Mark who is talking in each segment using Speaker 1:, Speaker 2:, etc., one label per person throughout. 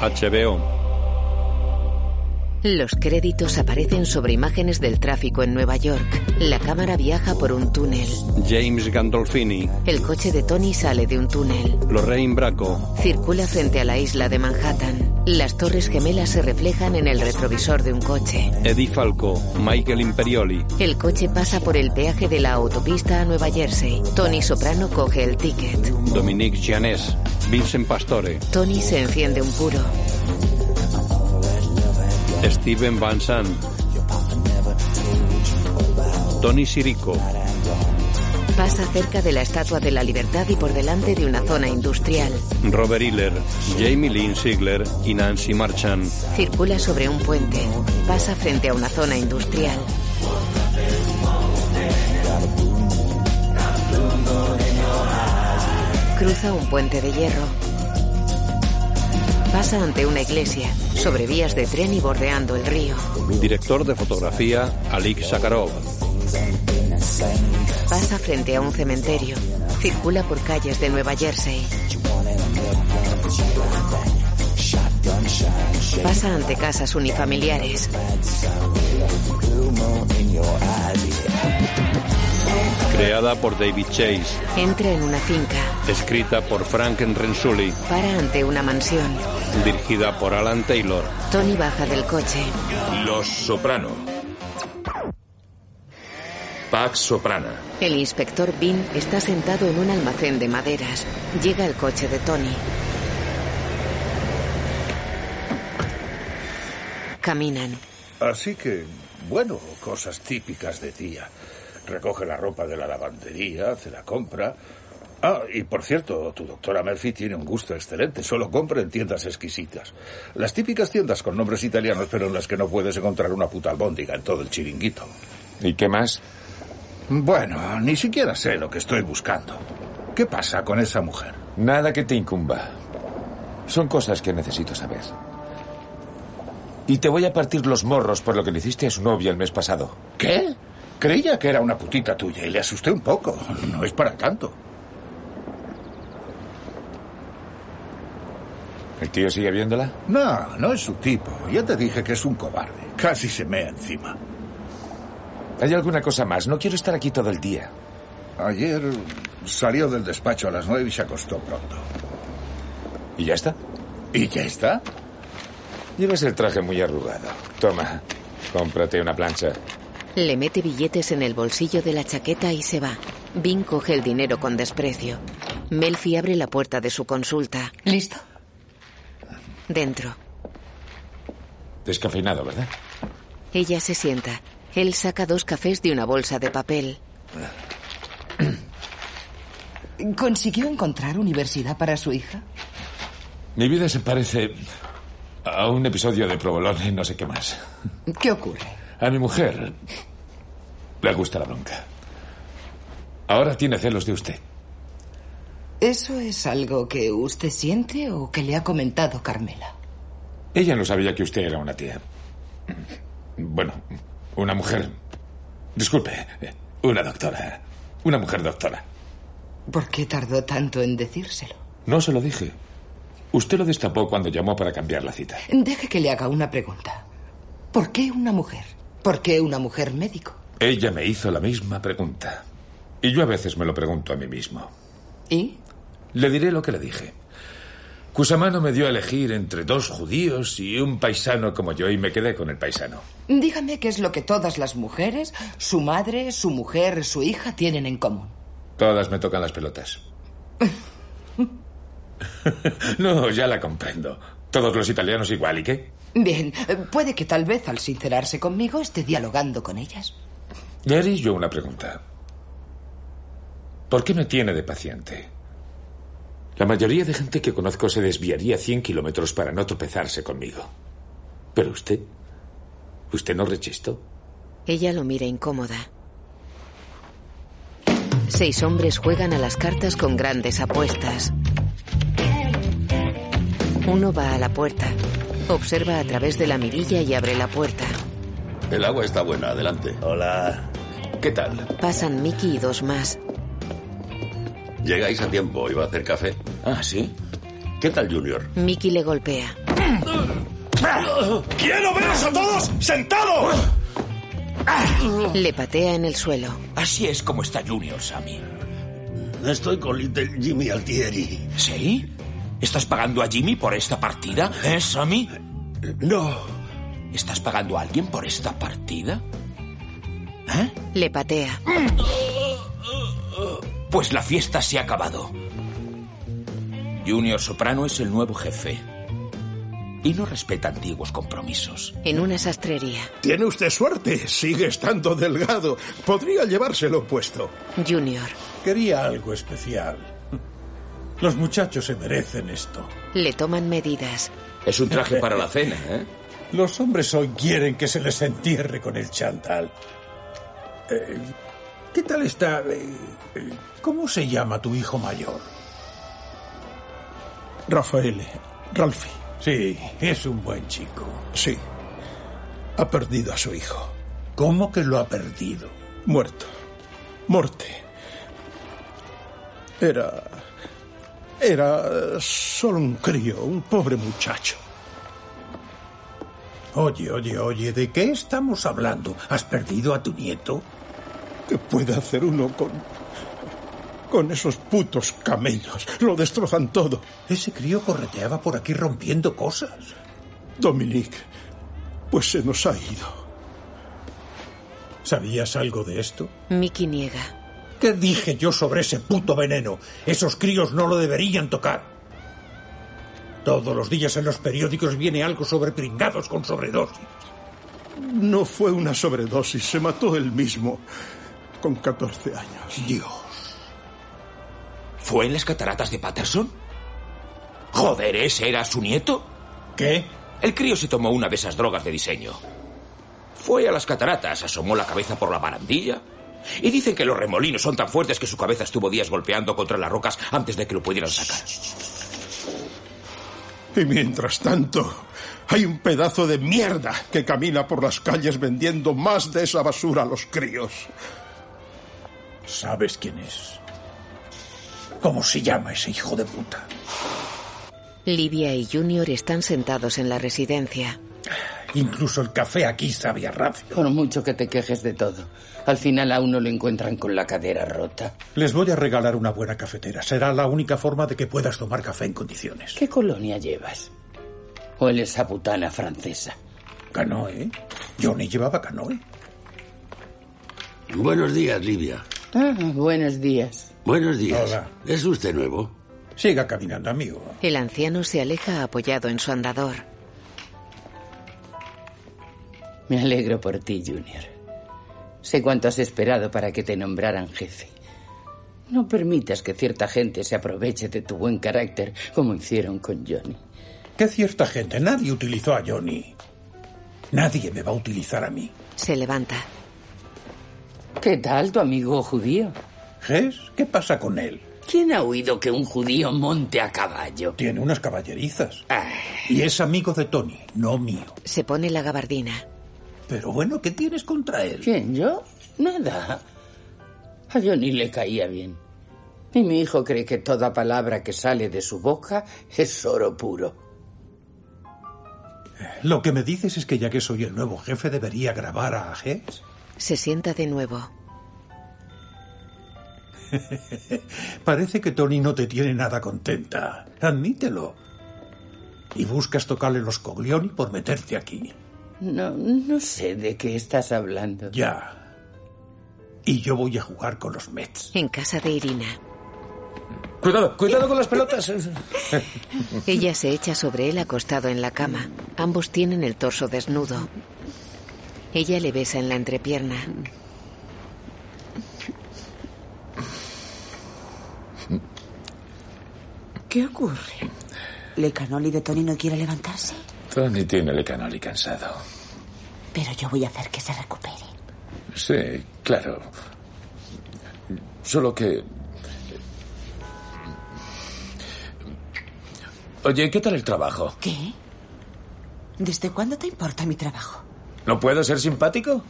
Speaker 1: HBO.
Speaker 2: Los créditos aparecen sobre imágenes del tráfico en Nueva York. La cámara viaja por un túnel.
Speaker 1: James Gandolfini.
Speaker 2: El coche de Tony sale de un túnel.
Speaker 1: Lorraine Bracco.
Speaker 2: Circula frente a la isla de Manhattan. Las torres gemelas se reflejan en el retrovisor de un coche.
Speaker 1: Eddie Falco. Michael Imperioli.
Speaker 2: El coche pasa por el peaje de la autopista a Nueva Jersey. Tony Soprano coge el ticket.
Speaker 1: Dominique Gianés. Vincent Pastore.
Speaker 2: Tony se enciende un puro.
Speaker 1: Steven Van Zandt. Tony Sirico.
Speaker 2: Pasa cerca de la Estatua de la Libertad y por delante de una zona industrial.
Speaker 1: Robert Hiller. Jamie Lynn Sigler y Nancy Marchand.
Speaker 2: Circula sobre un puente. Pasa frente a una zona industrial. Cruza un puente de hierro. Pasa ante una iglesia, sobre vías de tren y bordeando el río.
Speaker 1: Director de fotografía Alik Sakharov.
Speaker 2: Pasa frente a un cementerio. Circula por calles de Nueva Jersey. Pasa ante casas unifamiliares.
Speaker 1: Creada por David Chase.
Speaker 2: Entra en una finca.
Speaker 1: Escrita por Frank Rensuli.
Speaker 2: Para ante una mansión.
Speaker 1: Dirigida por Alan Taylor.
Speaker 2: Tony baja del coche.
Speaker 3: Los Soprano. Pax Soprana.
Speaker 2: El inspector Bean está sentado en un almacén de maderas. Llega el coche de Tony. Caminan.
Speaker 4: Así que, bueno, cosas típicas de tía. Recoge la ropa de la lavandería, hace la compra. Ah, y por cierto, tu doctora Murphy tiene un gusto excelente. Solo compra en tiendas exquisitas. Las típicas tiendas con nombres italianos, pero en las que no puedes encontrar una puta albóndiga en todo el chiringuito.
Speaker 3: ¿Y qué más?
Speaker 4: Bueno, ni siquiera sé lo que estoy buscando. ¿Qué pasa con esa mujer?
Speaker 3: Nada que te incumba. Son cosas que necesito saber. Y te voy a partir los morros por lo que le hiciste a su novia el mes pasado.
Speaker 4: ¿Qué? Creía que era una putita tuya y le asusté un poco. No es para tanto.
Speaker 3: ¿El tío sigue viéndola?
Speaker 4: No, no es su tipo. Ya te dije que es un cobarde. Casi se mea encima.
Speaker 3: ¿Hay alguna cosa más? No quiero estar aquí todo el día.
Speaker 4: Ayer salió del despacho a las nueve y se acostó pronto.
Speaker 3: ¿Y ya está?
Speaker 4: ¿Y ya está?
Speaker 3: Llevas el traje muy arrugado. Toma, cómprate una plancha.
Speaker 2: Le mete billetes en el bolsillo de la chaqueta y se va. Vin coge el dinero con desprecio. Melfi abre la puerta de su consulta.
Speaker 5: ¿Listo?
Speaker 2: Dentro.
Speaker 3: Descafeinado, ¿verdad?
Speaker 2: Ella se sienta. Él saca dos cafés de una bolsa de papel.
Speaker 5: ¿Consiguió encontrar universidad para su hija?
Speaker 3: Mi vida se parece a un episodio de Provolone, no sé qué más.
Speaker 5: ¿Qué ocurre?
Speaker 3: A mi mujer le gusta la bronca. Ahora tiene celos de usted.
Speaker 5: ¿Eso es algo que usted siente o que le ha comentado Carmela?
Speaker 3: Ella no sabía que usted era una tía. Bueno, una mujer. Disculpe, una doctora. Una mujer doctora.
Speaker 5: ¿Por qué tardó tanto en decírselo?
Speaker 3: No se lo dije. Usted lo destapó cuando llamó para cambiar la cita.
Speaker 5: Deje que le haga una pregunta. ¿Por qué una mujer? ¿Por qué una mujer médico?
Speaker 3: Ella me hizo la misma pregunta. Y yo a veces me lo pregunto a mí mismo.
Speaker 5: ¿Y?
Speaker 3: Le diré lo que le dije. Cusamano me dio a elegir entre dos judíos y un paisano como yo y me quedé con el paisano.
Speaker 5: Dígame qué es lo que todas las mujeres, su madre, su mujer, su hija, tienen en común.
Speaker 3: Todas me tocan las pelotas. no, ya la comprendo. Todos los italianos igual, ¿y qué?
Speaker 5: Bien, eh, puede que tal vez al sincerarse conmigo esté dialogando con ellas.
Speaker 3: Le haré yo una pregunta. ¿Por qué me tiene de paciente? La mayoría de gente que conozco se desviaría 100 kilómetros para no tropezarse conmigo. Pero usted, usted no rechistó.
Speaker 2: Ella lo mira incómoda. Seis hombres juegan a las cartas con grandes apuestas. Uno va a la puerta, observa a través de la mirilla y abre la puerta.
Speaker 6: El agua está buena, adelante.
Speaker 7: Hola.
Speaker 6: ¿Qué tal?
Speaker 2: Pasan Mickey y dos más.
Speaker 6: Llegáis a tiempo, iba a hacer café.
Speaker 7: Ah, sí.
Speaker 8: ¿Qué tal, Junior?
Speaker 2: Mickey le golpea.
Speaker 9: ¡Quiero veros a todos sentados!
Speaker 2: Le patea en el suelo.
Speaker 3: Así es como está Junior, Sammy.
Speaker 9: Estoy con Little Jimmy Altieri.
Speaker 3: ¿Sí? ¿Estás pagando a Jimmy por esta partida? ¿Eh, Sammy?
Speaker 9: No,
Speaker 3: ¿Estás pagando a alguien por esta partida?
Speaker 2: Le patea.
Speaker 3: Pues la fiesta se ha acabado. Junior Soprano es el nuevo jefe. Y no respeta antiguos compromisos.
Speaker 2: En una sastrería.
Speaker 9: tiene usted suerte. Sigue estando delgado. Podría llevárselo puesto.
Speaker 2: Junior.
Speaker 10: Quería algo especial. Los muchachos se merecen esto.
Speaker 2: Le toman medidas.
Speaker 8: Es un traje para la cena, ¿eh?
Speaker 10: Los hombres hoy quieren que se les entierre con el chantal. Eh, ¿Qué tal está? eh, eh, ¿Cómo se llama tu hijo mayor? Rafael.
Speaker 9: Ralphie,
Speaker 10: Sí, es un buen chico.
Speaker 9: sí. Ha perdido a su hijo.
Speaker 10: ¿Cómo que lo ha perdido?
Speaker 9: Muerto. Morte. Era. Era solo un crío, un pobre muchacho.
Speaker 10: Oye, oye, oye, ¿de qué estamos hablando? ¿Has perdido a tu nieto?
Speaker 9: ¿Qué puede hacer uno con. con esos putos camellos? Lo destrozan todo.
Speaker 10: Ese crío correteaba por aquí rompiendo cosas.
Speaker 9: Dominique, pues se nos ha ido.
Speaker 10: ¿Sabías algo de esto?
Speaker 2: Mickey niega.
Speaker 10: ¿Qué dije yo sobre ese puto veneno? Esos críos no lo deberían tocar. Todos los días en los periódicos viene algo sobre pringados con sobredosis.
Speaker 9: No fue una sobredosis, se mató él mismo con 14 años.
Speaker 10: Dios.
Speaker 3: ¿Fue en las cataratas de Patterson? Joder, ¿ese era su nieto?
Speaker 10: ¿Qué?
Speaker 3: El crío se tomó una de esas drogas de diseño. Fue a las cataratas, asomó la cabeza por la barandilla. Y dicen que los remolinos son tan fuertes que su cabeza estuvo días golpeando contra las rocas antes de que lo pudieran sacar.
Speaker 9: Y mientras tanto, hay un pedazo de mierda que camina por las calles vendiendo más de esa basura a los críos.
Speaker 10: ¿Sabes quién es? ¿Cómo se llama ese hijo de puta?
Speaker 2: Livia y Junior están sentados en la residencia.
Speaker 10: Incluso el café aquí sabe a rápido.
Speaker 11: Por mucho que te quejes de todo, al final a uno lo encuentran con la cadera rota.
Speaker 10: Les voy a regalar una buena cafetera. Será la única forma de que puedas tomar café en condiciones.
Speaker 11: ¿Qué colonia llevas? Hueles a butana francesa.
Speaker 10: Canoe. Johnny llevaba canoe.
Speaker 8: Buenos días, Livia.
Speaker 11: Ah, buenos días.
Speaker 8: Buenos días.
Speaker 10: Hola.
Speaker 8: ¿Es usted nuevo?
Speaker 10: Siga caminando, amigo.
Speaker 2: El anciano se aleja apoyado en su andador.
Speaker 11: Me alegro por ti, Junior. Sé cuánto has esperado para que te nombraran jefe. No permitas que cierta gente se aproveche de tu buen carácter como hicieron con Johnny.
Speaker 10: Que cierta gente, nadie utilizó a Johnny. Nadie me va a utilizar a mí.
Speaker 2: Se levanta.
Speaker 11: ¿Qué tal tu amigo judío?
Speaker 10: ¿Ges? ¿Qué pasa con él?
Speaker 11: ¿Quién ha oído que un judío monte a caballo?
Speaker 10: Tiene unas caballerizas.
Speaker 11: Ah,
Speaker 10: Y es amigo de Tony, no mío.
Speaker 2: Se pone la gabardina.
Speaker 10: Pero bueno, ¿qué tienes contra él?
Speaker 11: ¿Quién? ¿Yo? Nada. A Johnny le caía bien. Y mi hijo cree que toda palabra que sale de su boca es oro puro.
Speaker 10: Lo que me dices es que ya que soy el nuevo jefe debería grabar a Ges.
Speaker 2: Se sienta de nuevo.
Speaker 10: Parece que Tony no te tiene nada contenta. Admítelo. Y buscas tocarle los coglioni por meterte aquí.
Speaker 11: No, no sé de qué estás hablando.
Speaker 10: Ya. Y yo voy a jugar con los Mets.
Speaker 2: En casa de Irina.
Speaker 12: Cuidado, cuidado con las pelotas.
Speaker 2: Ella se echa sobre él acostado en la cama. Ambos tienen el torso desnudo. Ella le besa en la entrepierna.
Speaker 13: ¿Qué ocurre? ¿Le Canoli de Tony no quiere levantarse?
Speaker 12: Tony tiene el canal y cansado.
Speaker 13: Pero yo voy a hacer que se recupere.
Speaker 12: Sí, claro. Solo que... Oye, ¿qué tal el trabajo?
Speaker 13: ¿Qué? ¿Desde cuándo te importa mi trabajo?
Speaker 12: ¿No puedo ser simpático?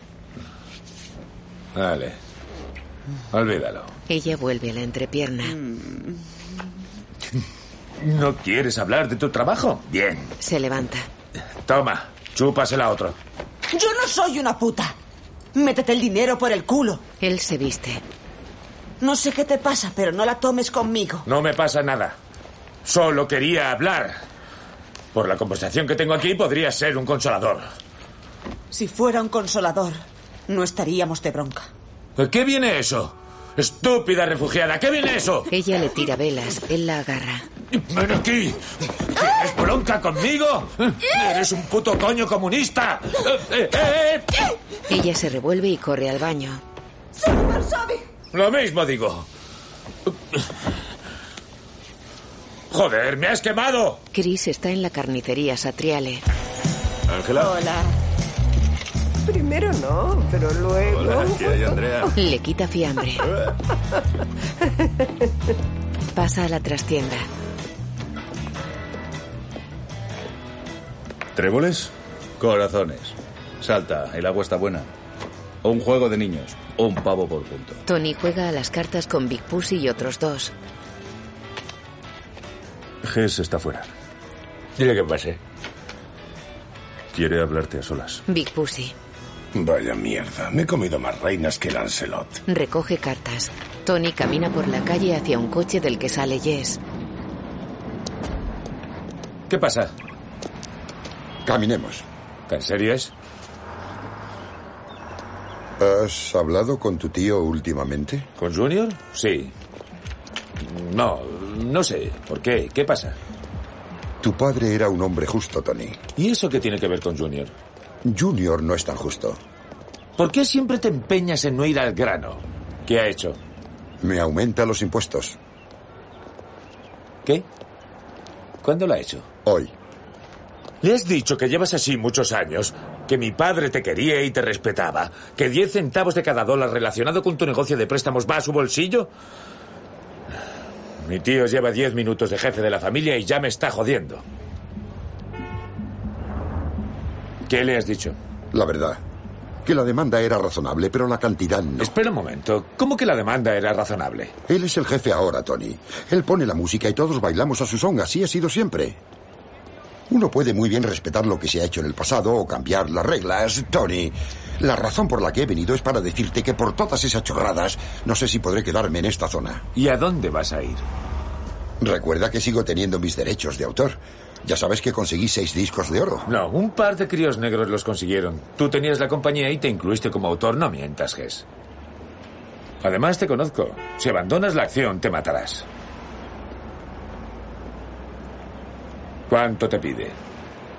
Speaker 12: Vale. Olvídalo.
Speaker 13: Mm.
Speaker 2: Ella vuelve a la entrepierna.
Speaker 3: ¿No quieres hablar de tu trabajo? Bien.
Speaker 2: Se levanta.
Speaker 3: Toma, chúpasela a otro.
Speaker 13: Yo no soy una puta. Métete el dinero por el culo.
Speaker 2: Él se viste.
Speaker 13: No sé qué te pasa, pero no la tomes conmigo.
Speaker 3: No me pasa nada. Solo quería hablar. Por la conversación que tengo aquí podría ser un consolador.
Speaker 13: Si fuera un consolador, no estaríamos de bronca.
Speaker 3: ¿Qué viene eso? Estúpida refugiada, ¿qué viene eso?
Speaker 2: Ella le tira velas, él la agarra.
Speaker 3: ¡Ven aquí! ¿Tienes bronca conmigo? ¡Eres un puto coño comunista! ¡Eh, eh, eh!
Speaker 2: Ella se revuelve y corre al baño.
Speaker 3: Lo mismo digo. Joder, me has quemado.
Speaker 2: Chris está en la carnicería Satriale.
Speaker 3: Ángela.
Speaker 5: Hola. Primero no, pero luego.
Speaker 2: Le quita fiambre. Pasa a la trastienda.
Speaker 14: ¿Tréboles? Corazones. Salta, el agua está buena. Un juego de niños. Un pavo por punto.
Speaker 2: Tony juega a las cartas con Big Pussy y otros dos.
Speaker 14: Ges está fuera.
Speaker 3: Dile que pase.
Speaker 14: Quiere hablarte a solas.
Speaker 2: Big Pussy
Speaker 10: Vaya mierda, me he comido más reinas que Lancelot.
Speaker 2: recoge cartas. Tony camina por la calle hacia un coche del que sale Jess.
Speaker 3: ¿Qué pasa?
Speaker 15: Caminemos.
Speaker 3: ¿En serio es?
Speaker 15: ¿Has hablado con tu tío últimamente?
Speaker 3: ¿Con Junior? Sí. No, no sé. ¿Por qué? ¿Qué pasa?
Speaker 15: Tu padre era un hombre justo, Tony.
Speaker 3: ¿Y eso qué tiene que ver con Junior?
Speaker 15: Junior no es tan justo.
Speaker 3: ¿Por qué siempre te empeñas en no ir al grano? ¿Qué ha hecho?
Speaker 15: Me aumenta los impuestos.
Speaker 3: ¿Qué? ¿Cuándo lo ha hecho?
Speaker 15: Hoy.
Speaker 3: Le has dicho que llevas así muchos años, que mi padre te quería y te respetaba, que 10 centavos de cada dólar relacionado con tu negocio de préstamos va a su bolsillo. Mi tío lleva 10 minutos de jefe de la familia y ya me está jodiendo. ¿Qué le has dicho?
Speaker 15: La verdad, que la demanda era razonable, pero la cantidad no.
Speaker 3: Espera un momento, ¿cómo que la demanda era razonable?
Speaker 15: Él es el jefe ahora, Tony. Él pone la música y todos bailamos a su son, así ha sido siempre. Uno puede muy bien respetar lo que se ha hecho en el pasado o cambiar las reglas, Tony. La razón por la que he venido es para decirte que por todas esas chorradas no sé si podré quedarme en esta zona.
Speaker 3: ¿Y a dónde vas a ir?
Speaker 15: Recuerda que sigo teniendo mis derechos de autor. Ya sabes que conseguí seis discos de oro.
Speaker 3: No, un par de críos negros los consiguieron. Tú tenías la compañía y te incluiste como autor, no mientas, Ges. Además, te conozco. Si abandonas la acción, te matarás. ¿Cuánto te pide?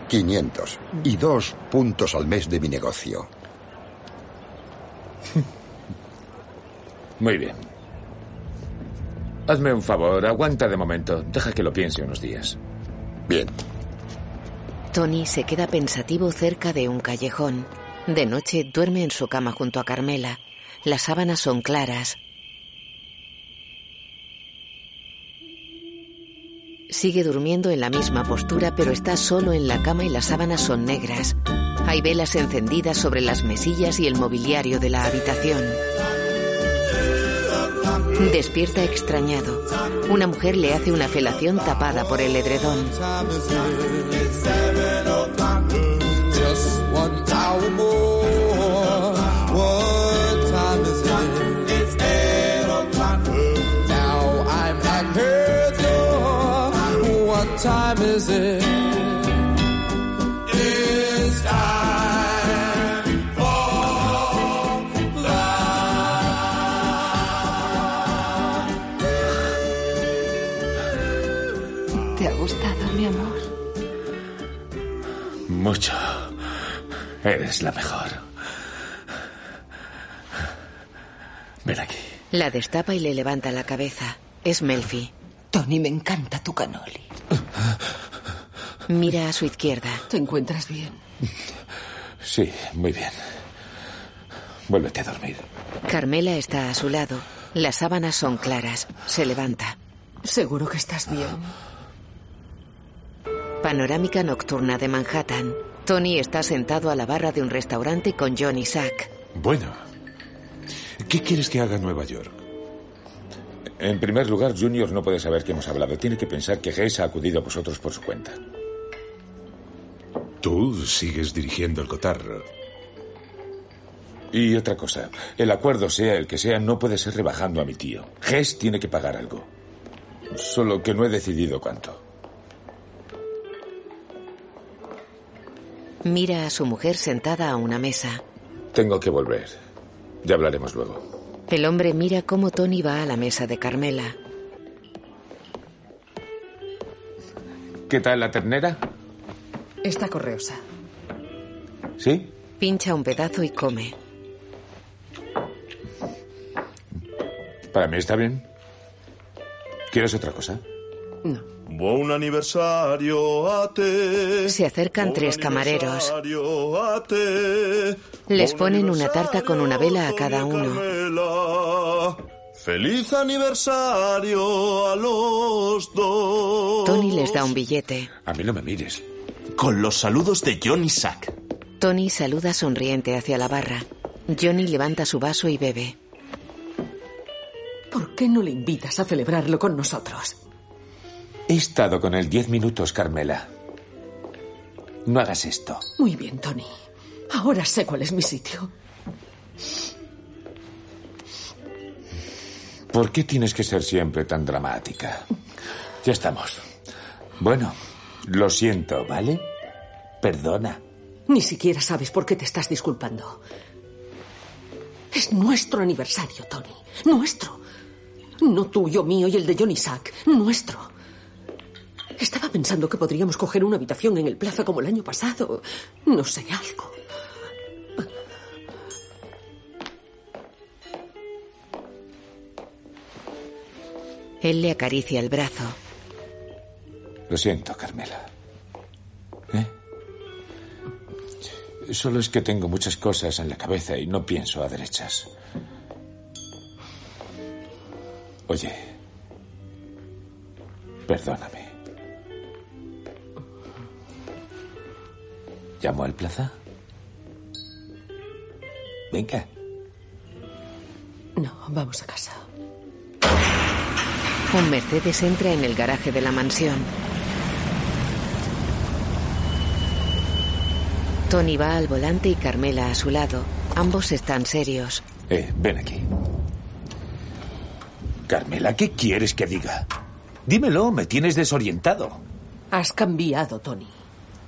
Speaker 15: 500 y dos puntos al mes de mi negocio.
Speaker 3: Muy bien. Hazme un favor, aguanta de momento. Deja que lo piense unos días.
Speaker 15: Bien.
Speaker 2: Tony se queda pensativo cerca de un callejón. De noche duerme en su cama junto a Carmela. Las sábanas son claras. Sigue durmiendo en la misma postura, pero está solo en la cama y las sábanas son negras. Hay velas encendidas sobre las mesillas y el mobiliario de la habitación. Despierta extrañado. Una mujer le hace una felación tapada por el edredón.
Speaker 16: Time is it? It's time for
Speaker 5: ¿Te ha gustado, mi amor?
Speaker 3: Mucho. Eres la mejor. Ven aquí.
Speaker 2: La destapa y le levanta la cabeza. Es Melfi.
Speaker 17: Tony, me encanta tu canoli.
Speaker 2: Mira a su izquierda.
Speaker 5: ¿Te encuentras bien?
Speaker 3: Sí, muy bien. Vuélvete a dormir.
Speaker 2: Carmela está a su lado. Las sábanas son claras. Se levanta.
Speaker 5: Seguro que estás bien.
Speaker 2: Panorámica nocturna de Manhattan. Tony está sentado a la barra de un restaurante con Johnny Sack.
Speaker 14: Bueno. ¿Qué quieres que haga en Nueva York?
Speaker 3: En primer lugar, Junior no puede saber que hemos hablado. Tiene que pensar que Hayes ha acudido a vosotros por su cuenta.
Speaker 18: Tú sigues dirigiendo el cotarro.
Speaker 3: Y otra cosa, el acuerdo sea el que sea, no puede ser rebajando a mi tío. Hess tiene que pagar algo. Solo que no he decidido cuánto.
Speaker 2: Mira a su mujer sentada a una mesa.
Speaker 3: Tengo que volver. Ya hablaremos luego.
Speaker 2: El hombre mira cómo Tony va a la mesa de Carmela.
Speaker 3: ¿Qué tal la ternera?
Speaker 13: Está correosa.
Speaker 3: ¿Sí?
Speaker 2: Pincha un pedazo y come.
Speaker 3: Para mí está bien. ¿Quieres otra cosa?
Speaker 19: Buon anniversario a te.
Speaker 2: Se acercan tres camareros.
Speaker 19: Anniversario a te.
Speaker 2: Les ponen una tarta con una vela a cada uno.
Speaker 19: Carmela. Feliz aniversario a los dos.
Speaker 2: Tony les da un billete.
Speaker 19: A mí no me mires. Con los saludos de Johnny Sack.
Speaker 2: Tony saluda sonriente hacia la barra. Johnny levanta su vaso y bebe.
Speaker 13: ¿Por qué no le invitas a celebrarlo con nosotros?
Speaker 3: He estado con él diez minutos, Carmela. No hagas esto.
Speaker 13: Muy bien, Tony. Ahora sé cuál es mi sitio.
Speaker 3: ¿Por qué tienes que ser siempre tan dramática? Ya estamos. Bueno, lo siento, ¿vale? Perdona.
Speaker 13: Ni siquiera sabes por qué te estás disculpando. Es nuestro aniversario, Tony. Nuestro. No tuyo, mío y el de Johnny Sack. Nuestro. Estaba pensando que podríamos coger una habitación en el plaza como el año pasado. No sé, algo.
Speaker 2: Él le acaricia el brazo.
Speaker 3: Lo siento, Carmela. ¿Eh? Solo es que tengo muchas cosas en la cabeza y no pienso a derechas. Oye, perdóname. ¿Llamo al plaza? Venga.
Speaker 13: No, vamos a casa.
Speaker 2: Un Mercedes entra en el garaje de la mansión. Tony va al volante y Carmela a su lado. Ambos están serios.
Speaker 3: Eh, ven aquí. Carmela, ¿qué quieres que diga? Dímelo, me tienes desorientado.
Speaker 13: Has cambiado, Tony.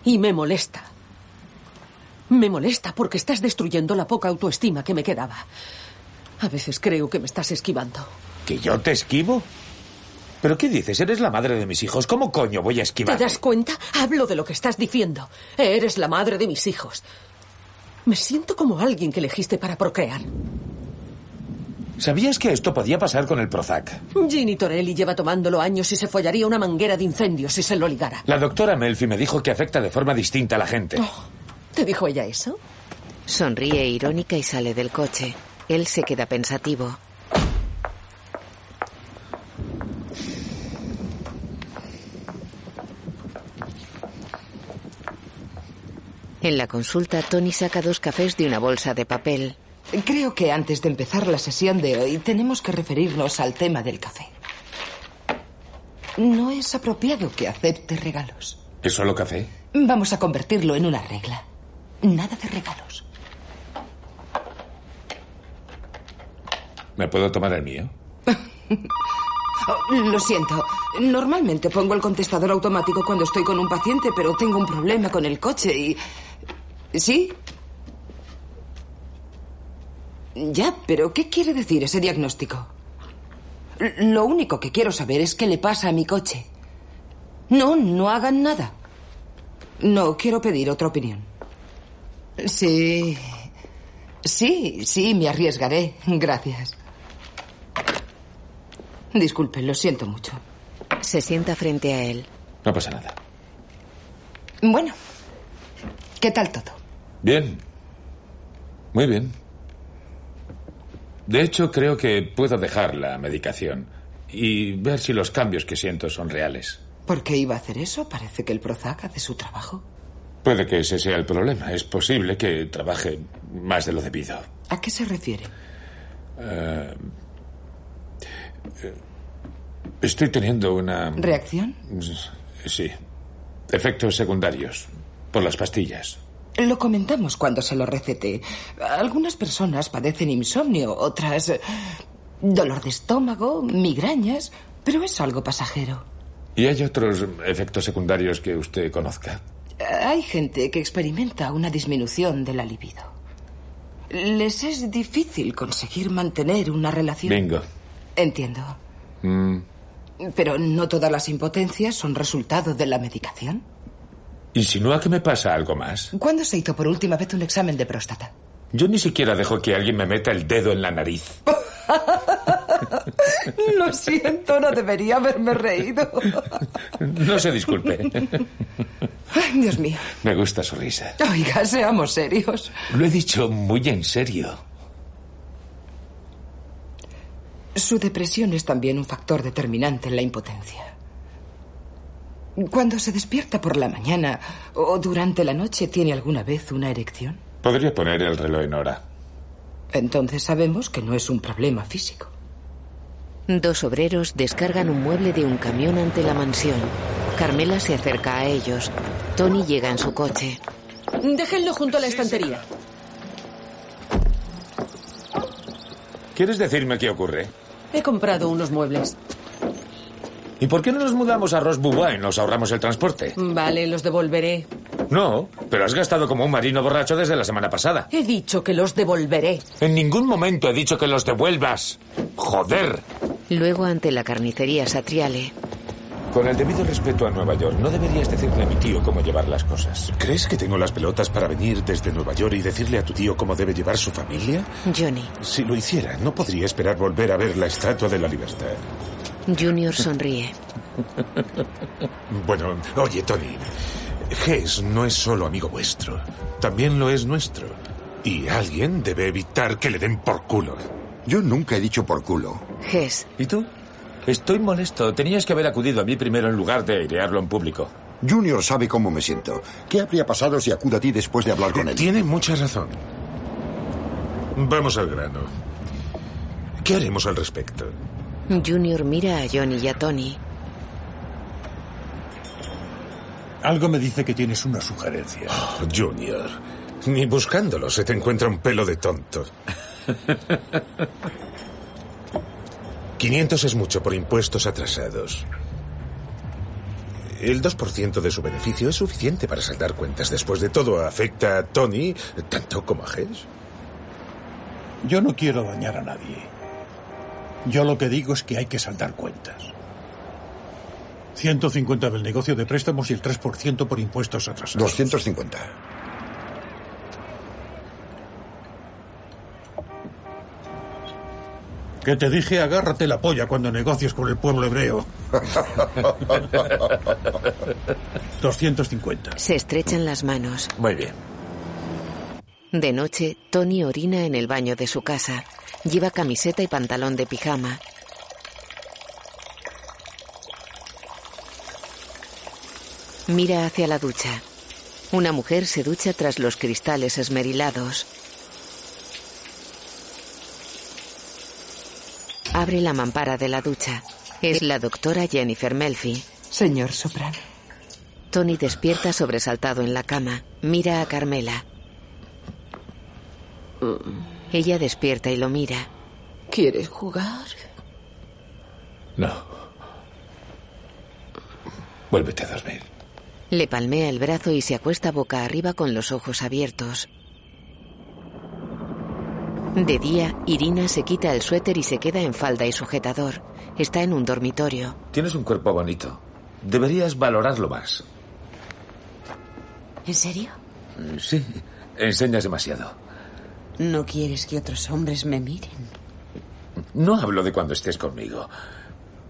Speaker 13: Y me molesta. Me molesta porque estás destruyendo la poca autoestima que me quedaba. A veces creo que me estás esquivando.
Speaker 3: ¿Que yo te esquivo? ¿Pero qué dices? Eres la madre de mis hijos. ¿Cómo coño voy a esquivar?
Speaker 13: ¿Te das cuenta? Hablo de lo que estás diciendo. Eres la madre de mis hijos. Me siento como alguien que elegiste para procrear.
Speaker 3: ¿Sabías que esto podía pasar con el Prozac?
Speaker 13: Ginny Torelli lleva tomándolo años y se follaría una manguera de incendio si se lo ligara.
Speaker 3: La doctora Melfi me dijo que afecta de forma distinta a la gente.
Speaker 13: Oh. ¿Te dijo ella eso?
Speaker 2: Sonríe irónica y sale del coche. Él se queda pensativo. En la consulta, Tony saca dos cafés de una bolsa de papel.
Speaker 5: Creo que antes de empezar la sesión de hoy tenemos que referirnos al tema del café. No es apropiado que acepte regalos.
Speaker 3: ¿Es solo café?
Speaker 5: Vamos a convertirlo en una regla. Nada de regalos.
Speaker 3: ¿Me puedo tomar el mío?
Speaker 5: Oh, lo siento. Normalmente pongo el contestador automático cuando estoy con un paciente, pero tengo un problema con el coche y... ¿Sí? Ya, pero ¿qué quiere decir ese diagnóstico? L- Lo único que quiero saber es qué le pasa a mi coche. No, no hagan nada. No, quiero pedir otra opinión. Sí. Sí, sí, me arriesgaré. Gracias. Disculpe, lo siento mucho.
Speaker 2: Se sienta frente a él.
Speaker 3: No pasa nada.
Speaker 5: Bueno, ¿qué tal todo?
Speaker 3: Bien. Muy bien. De hecho, creo que puedo dejar la medicación y ver si los cambios que siento son reales.
Speaker 5: ¿Por qué iba a hacer eso? Parece que el Prozac hace su trabajo.
Speaker 3: Puede que ese sea el problema. Es posible que trabaje más de lo debido.
Speaker 5: ¿A qué se refiere?
Speaker 3: Eh, eh, Estoy teniendo una...
Speaker 5: ¿Reacción?
Speaker 3: Sí. Efectos secundarios. Por las pastillas.
Speaker 5: Lo comentamos cuando se lo recete. Algunas personas padecen insomnio, otras eh, dolor de estómago, migrañas, pero es algo pasajero.
Speaker 3: ¿Y hay otros efectos secundarios que usted conozca?
Speaker 5: Hay gente que experimenta una disminución de la libido. Les es difícil conseguir mantener una relación.
Speaker 3: Bingo.
Speaker 5: Entiendo.
Speaker 3: Mm,
Speaker 5: Pero no todas las impotencias son resultado de la medicación.
Speaker 3: ¿Insinúa que me pasa algo más?
Speaker 5: ¿Cuándo se hizo por última vez un examen de próstata?
Speaker 3: Yo ni siquiera dejo que alguien me meta el dedo en la nariz.
Speaker 5: Lo siento, no debería haberme reído.
Speaker 3: No se disculpe.
Speaker 5: Ay, Dios mío.
Speaker 3: Me gusta su risa.
Speaker 5: Oiga, seamos serios.
Speaker 3: Lo he dicho muy en serio.
Speaker 5: Su depresión es también un factor determinante en la impotencia. Cuando se despierta por la mañana o durante la noche, ¿tiene alguna vez una erección?
Speaker 3: Podría poner el reloj en hora.
Speaker 5: Entonces sabemos que no es un problema físico.
Speaker 2: Dos obreros descargan un mueble de un camión ante la mansión. Carmela se acerca a ellos. Tony llega en su coche.
Speaker 13: Déjenlo junto a la estantería.
Speaker 3: ¿Quieres decirme qué ocurre?
Speaker 13: He comprado unos muebles.
Speaker 3: ¿Y por qué no nos mudamos a Rosbuba y nos ahorramos el transporte?
Speaker 13: Vale, los devolveré.
Speaker 3: No, pero has gastado como un marino borracho desde la semana pasada.
Speaker 13: He dicho que los devolveré.
Speaker 3: En ningún momento he dicho que los devuelvas. Joder.
Speaker 2: Luego ante la carnicería Satriale.
Speaker 3: Con el debido respeto a Nueva York, no deberías decirle a mi tío cómo llevar las cosas.
Speaker 18: ¿Crees que tengo las pelotas para venir desde Nueva York y decirle a tu tío cómo debe llevar su familia?
Speaker 2: Johnny.
Speaker 18: Si lo hiciera, no podría esperar volver a ver la Estatua de la Libertad.
Speaker 2: Junior sonríe.
Speaker 18: Bueno, oye, Tony. Hess no es solo amigo vuestro, también lo es nuestro. Y alguien debe evitar que le den por culo.
Speaker 15: Yo nunca he dicho por culo.
Speaker 2: Hess.
Speaker 3: ¿Y tú? Estoy molesto. Tenías que haber acudido a mí primero en lugar de airearlo en público.
Speaker 15: Junior sabe cómo me siento. ¿Qué habría pasado si acudo a ti después de hablar con él?
Speaker 18: Tiene mucha razón. Vamos al grano. ¿Qué haremos al respecto?
Speaker 2: Junior mira a Johnny y a Tony.
Speaker 10: Algo me dice que tienes una sugerencia.
Speaker 18: Oh, Junior, ni buscándolo se te encuentra un pelo de tonto. 500 es mucho por impuestos atrasados. El 2% de su beneficio es suficiente para saldar cuentas. Después de todo, afecta a Tony tanto como a Hess.
Speaker 10: Yo no quiero dañar a nadie. Yo lo que digo es que hay que saldar cuentas. 150 del negocio de préstamos y el 3% por impuestos atrasados.
Speaker 15: 250.
Speaker 10: Que te dije, agárrate la polla cuando negocies con el pueblo hebreo. 250.
Speaker 2: Se estrechan las manos.
Speaker 3: Muy bien.
Speaker 2: De noche, Tony orina en el baño de su casa. Lleva camiseta y pantalón de pijama. Mira hacia la ducha. Una mujer se ducha tras los cristales esmerilados. Abre la mampara de la ducha. Es la doctora Jennifer Melfi.
Speaker 5: Señor Soprano.
Speaker 2: Tony despierta sobresaltado en la cama. Mira a Carmela. Ella despierta y lo mira.
Speaker 5: ¿Quieres jugar?
Speaker 3: No. Vuélvete a dormir.
Speaker 2: Le palmea el brazo y se acuesta boca arriba con los ojos abiertos. De día, Irina se quita el suéter y se queda en falda y sujetador. Está en un dormitorio.
Speaker 3: Tienes un cuerpo bonito. Deberías valorarlo más.
Speaker 20: ¿En serio?
Speaker 3: Eh, Sí, enseñas demasiado.
Speaker 20: ¿No quieres que otros hombres me miren?
Speaker 3: No hablo de cuando estés conmigo.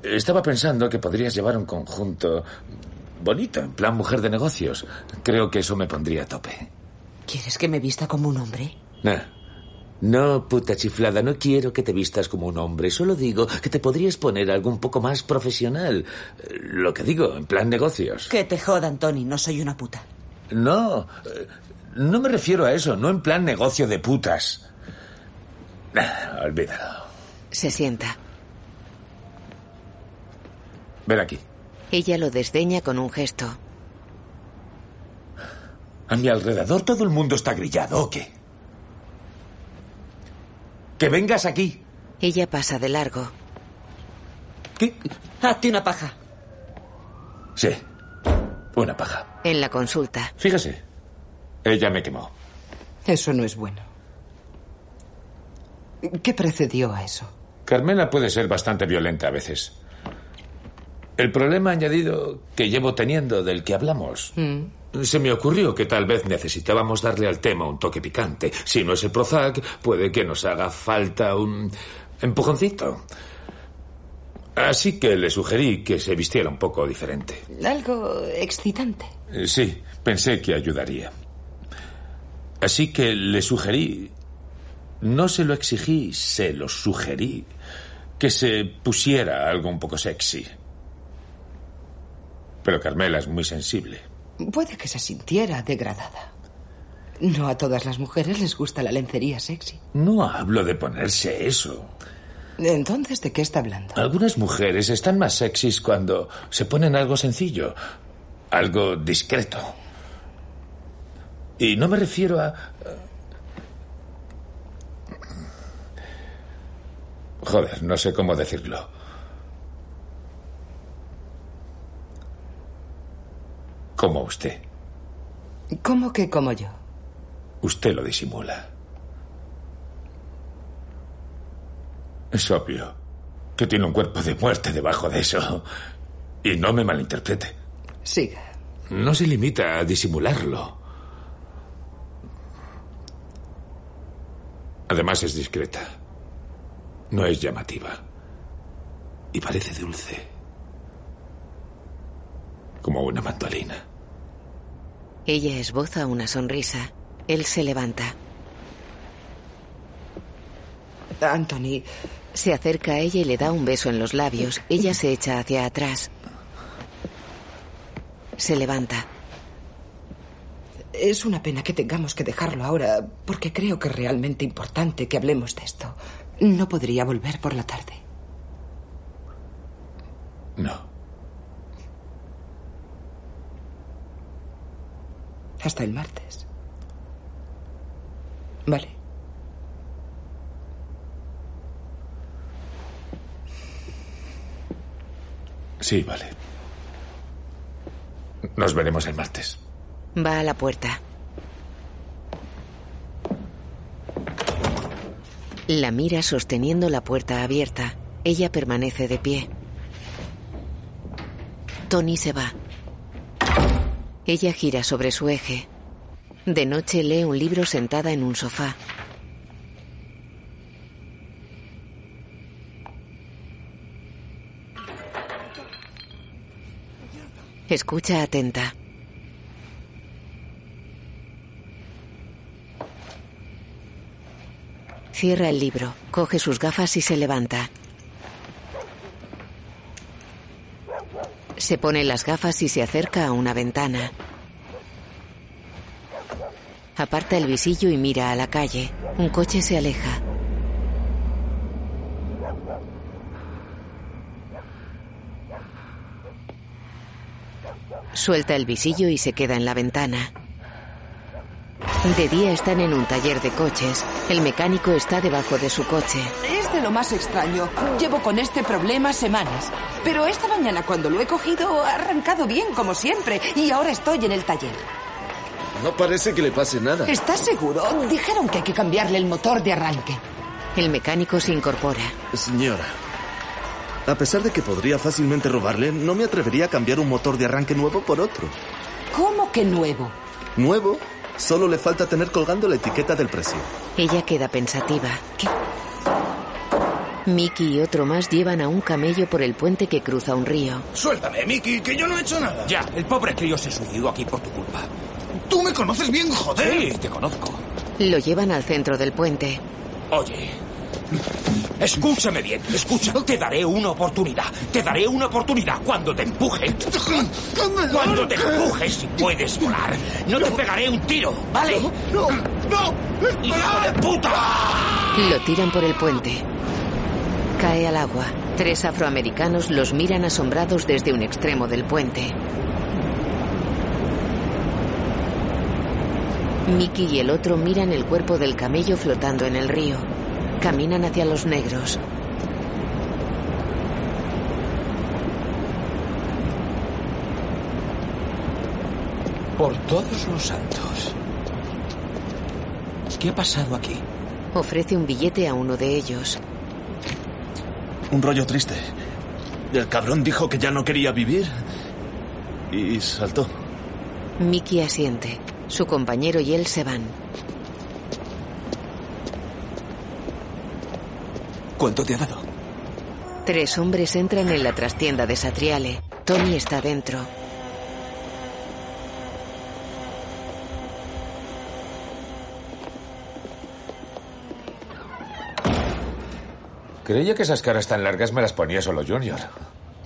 Speaker 3: Estaba pensando que podrías llevar un conjunto bonito, en plan mujer de negocios. Creo que eso me pondría a tope.
Speaker 20: ¿Quieres que me vista como un hombre?
Speaker 3: No. No, puta chiflada, no quiero que te vistas como un hombre. Solo digo que te podrías poner algo un poco más profesional. Eh, Lo que digo, en plan negocios.
Speaker 20: Que te jodan, Tony, no soy una puta.
Speaker 3: No, eh, no me refiero a eso, no en plan negocio de putas. Eh, Ah, Olvídalo.
Speaker 2: Se sienta.
Speaker 3: Ven aquí.
Speaker 2: Ella lo desdeña con un gesto.
Speaker 3: A mi alrededor todo el mundo está grillado, ¿o qué? Que vengas aquí.
Speaker 2: Ella pasa de largo.
Speaker 21: Hazte Ah, una paja.
Speaker 3: Sí. Una paja.
Speaker 2: En la consulta.
Speaker 3: Fíjese. Ella me quemó.
Speaker 5: Eso no es bueno. ¿Qué precedió a eso?
Speaker 3: Carmela puede ser bastante violenta a veces. El problema añadido que llevo teniendo del que hablamos.
Speaker 5: Mm.
Speaker 3: Se me ocurrió que tal vez necesitábamos darle al tema un toque picante. Si no es el Prozac, puede que nos haga falta un empujoncito. Así que le sugerí que se vistiera un poco diferente.
Speaker 5: Algo excitante.
Speaker 3: Eh, Sí, pensé que ayudaría. Así que le sugerí, no se lo exigí, se lo sugerí, que se pusiera algo un poco sexy. Pero Carmela es muy sensible.
Speaker 5: Puede que se sintiera degradada. No a todas las mujeres les gusta la lencería sexy.
Speaker 3: No hablo de ponerse eso.
Speaker 5: Entonces, ¿de qué está hablando?
Speaker 3: Algunas mujeres están más sexys cuando se ponen algo sencillo, algo discreto. Y no me refiero a... Joder, no sé cómo decirlo. Como usted.
Speaker 5: ¿Cómo que como yo?
Speaker 3: Usted lo disimula. Es obvio que tiene un cuerpo de muerte debajo de eso. Y no me malinterprete.
Speaker 5: Siga.
Speaker 3: No se limita a disimularlo. Además es discreta. No es llamativa. Y parece dulce. Como una mandolina.
Speaker 2: Ella esboza una sonrisa. Él se levanta.
Speaker 5: Anthony.
Speaker 2: Se acerca a ella y le da un beso en los labios. Ella se echa hacia atrás. Se levanta.
Speaker 5: Es una pena que tengamos que dejarlo ahora, porque creo que es realmente importante que hablemos de esto. No podría volver por la tarde.
Speaker 3: No.
Speaker 5: Hasta el martes. Vale.
Speaker 3: Sí, vale. Nos veremos el martes.
Speaker 2: Va a la puerta. La mira sosteniendo la puerta abierta. Ella permanece de pie. Tony se va. Ella gira sobre su eje. De noche lee un libro sentada en un sofá. Escucha atenta. Cierra el libro, coge sus gafas y se levanta. Se pone las gafas y se acerca a una ventana. Aparta el visillo y mira a la calle. Un coche se aleja. Suelta el visillo y se queda en la ventana. De día están en un taller de coches. El mecánico está debajo de su coche.
Speaker 5: Es de lo más extraño. Llevo con este problema semanas. Pero esta mañana cuando lo he cogido ha arrancado bien como siempre y ahora estoy en el taller.
Speaker 22: No parece que le pase nada.
Speaker 5: ¿Estás seguro? Dijeron que hay que cambiarle el motor de arranque.
Speaker 2: El mecánico se incorpora.
Speaker 22: Señora, a pesar de que podría fácilmente robarle, no me atrevería a cambiar un motor de arranque nuevo por otro.
Speaker 5: ¿Cómo que nuevo?
Speaker 22: Nuevo, solo le falta tener colgando la etiqueta del precio.
Speaker 2: Ella queda pensativa. Mickey y otro más llevan a un camello por el puente que cruza un río.
Speaker 23: Suéltame, Mickey, que yo no he hecho nada.
Speaker 9: Ya, el pobre crío se suicidó aquí por tu culpa.
Speaker 23: Tú me conoces bien, joder.
Speaker 9: Sí, te conozco.
Speaker 2: Lo llevan al centro del puente.
Speaker 9: Oye. Escúchame bien, escucha. Te daré una oportunidad. Te daré una oportunidad cuando te empuje. Cuando te empujes y puedes volar, no te pegaré un tiro, ¿vale?
Speaker 23: No, no.
Speaker 9: ¡Hijo de puta!
Speaker 2: Lo tiran por el puente. Cae al agua. Tres afroamericanos los miran asombrados desde un extremo del puente. Mickey y el otro miran el cuerpo del camello flotando en el río. Caminan hacia los negros.
Speaker 21: Por todos los santos. ¿Qué ha pasado aquí?
Speaker 2: Ofrece un billete a uno de ellos.
Speaker 19: Un rollo triste. El cabrón dijo que ya no quería vivir y saltó.
Speaker 2: Mickey asiente. Su compañero y él se van.
Speaker 21: ¿Cuánto te ha dado?
Speaker 2: Tres hombres entran en la trastienda de Satriale. Tony está dentro.
Speaker 3: Creía que esas caras tan largas me las ponía solo Junior.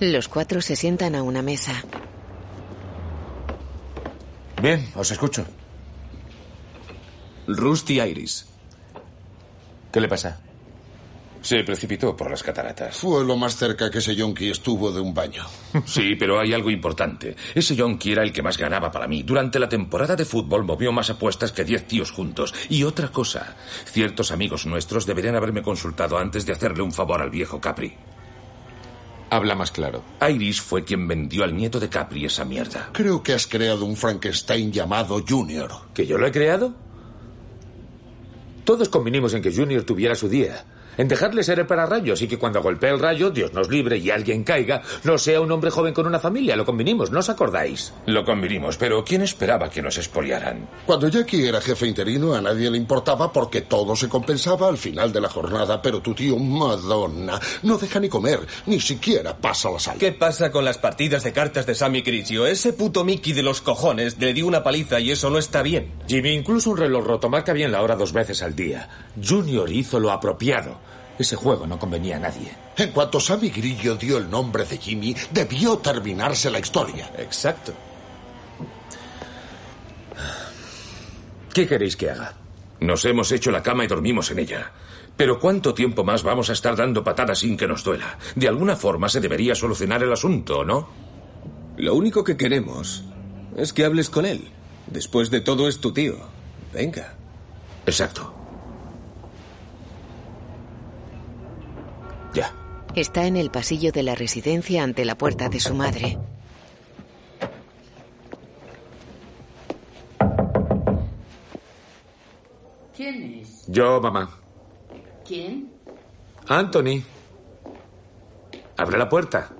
Speaker 2: Los cuatro se sientan a una mesa.
Speaker 3: Bien, os escucho.
Speaker 21: Rusty Iris.
Speaker 3: ¿Qué le pasa? Se precipitó por las cataratas.
Speaker 24: Fue lo más cerca que ese yonki estuvo de un baño.
Speaker 9: Sí, pero hay algo importante. Ese yonki era el que más ganaba para mí. Durante la temporada de fútbol movió más apuestas que diez tíos juntos. Y otra cosa, ciertos amigos nuestros deberían haberme consultado antes de hacerle un favor al viejo Capri.
Speaker 3: Habla más claro.
Speaker 9: Iris fue quien vendió al nieto de Capri esa mierda.
Speaker 24: Creo que has creado un Frankenstein llamado Junior.
Speaker 3: ¿Que yo lo he creado? Todos convinimos en que Junior tuviera su día en dejarle ser el pararrayos y que cuando golpee el rayo, Dios nos libre y alguien caiga, no sea un hombre joven con una familia. Lo convinimos, ¿no os acordáis?
Speaker 9: Lo convinimos, pero ¿quién esperaba que nos expoliaran?
Speaker 24: Cuando Jackie era jefe interino, a nadie le importaba porque todo se compensaba al final de la jornada, pero tu tío, Madonna, no deja ni comer, ni siquiera pasa la sal.
Speaker 25: ¿Qué pasa con las partidas de cartas de Sammy Crisio? Ese puto Mickey de los cojones le dio una paliza y eso no está bien.
Speaker 3: Jimmy, incluso un reloj roto marca bien la hora dos veces al día. Junior hizo lo apropiado. Ese juego no convenía a nadie.
Speaker 24: En cuanto Sammy Grillo dio el nombre de Jimmy, debió terminarse la historia.
Speaker 3: Exacto. ¿Qué queréis que haga?
Speaker 9: Nos hemos hecho la cama y dormimos en ella. Pero ¿cuánto tiempo más vamos a estar dando patadas sin que nos duela? De alguna forma se debería solucionar el asunto, ¿no?
Speaker 25: Lo único que queremos es que hables con él. Después de todo es tu tío. Venga.
Speaker 9: Exacto. Ya.
Speaker 2: Está en el pasillo de la residencia ante la puerta de su madre.
Speaker 26: ¿Quién es?
Speaker 3: Yo, mamá.
Speaker 26: ¿Quién?
Speaker 3: Anthony. Abre la puerta.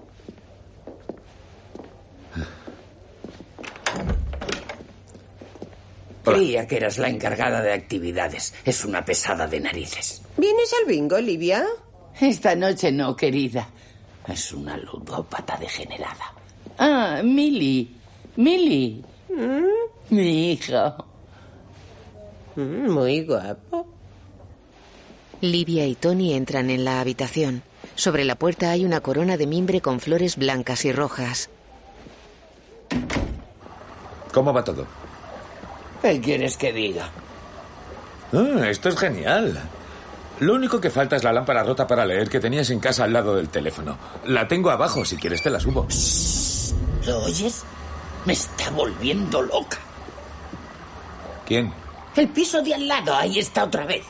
Speaker 11: Creía que eras la encargada de actividades. Es una pesada de narices.
Speaker 27: ¿Vienes al bingo, Livia?
Speaker 11: Esta noche no, querida. Es una ludópata degenerada. Ah, Milly. Milly. ¿Mm? Mi hijo. Mm,
Speaker 27: Muy guapo.
Speaker 2: Livia y Tony entran en la habitación. Sobre la puerta hay una corona de mimbre con flores blancas y rojas.
Speaker 3: ¿Cómo va todo?
Speaker 11: ¿Qué quieres que diga?
Speaker 3: Ah, esto es genial. Lo único que falta es la lámpara rota para leer que tenías en casa al lado del teléfono. La tengo abajo, si quieres te la subo.
Speaker 11: Shh, ¿Lo oyes? Me está volviendo loca.
Speaker 3: ¿Quién?
Speaker 11: El piso de al lado, ahí está otra vez.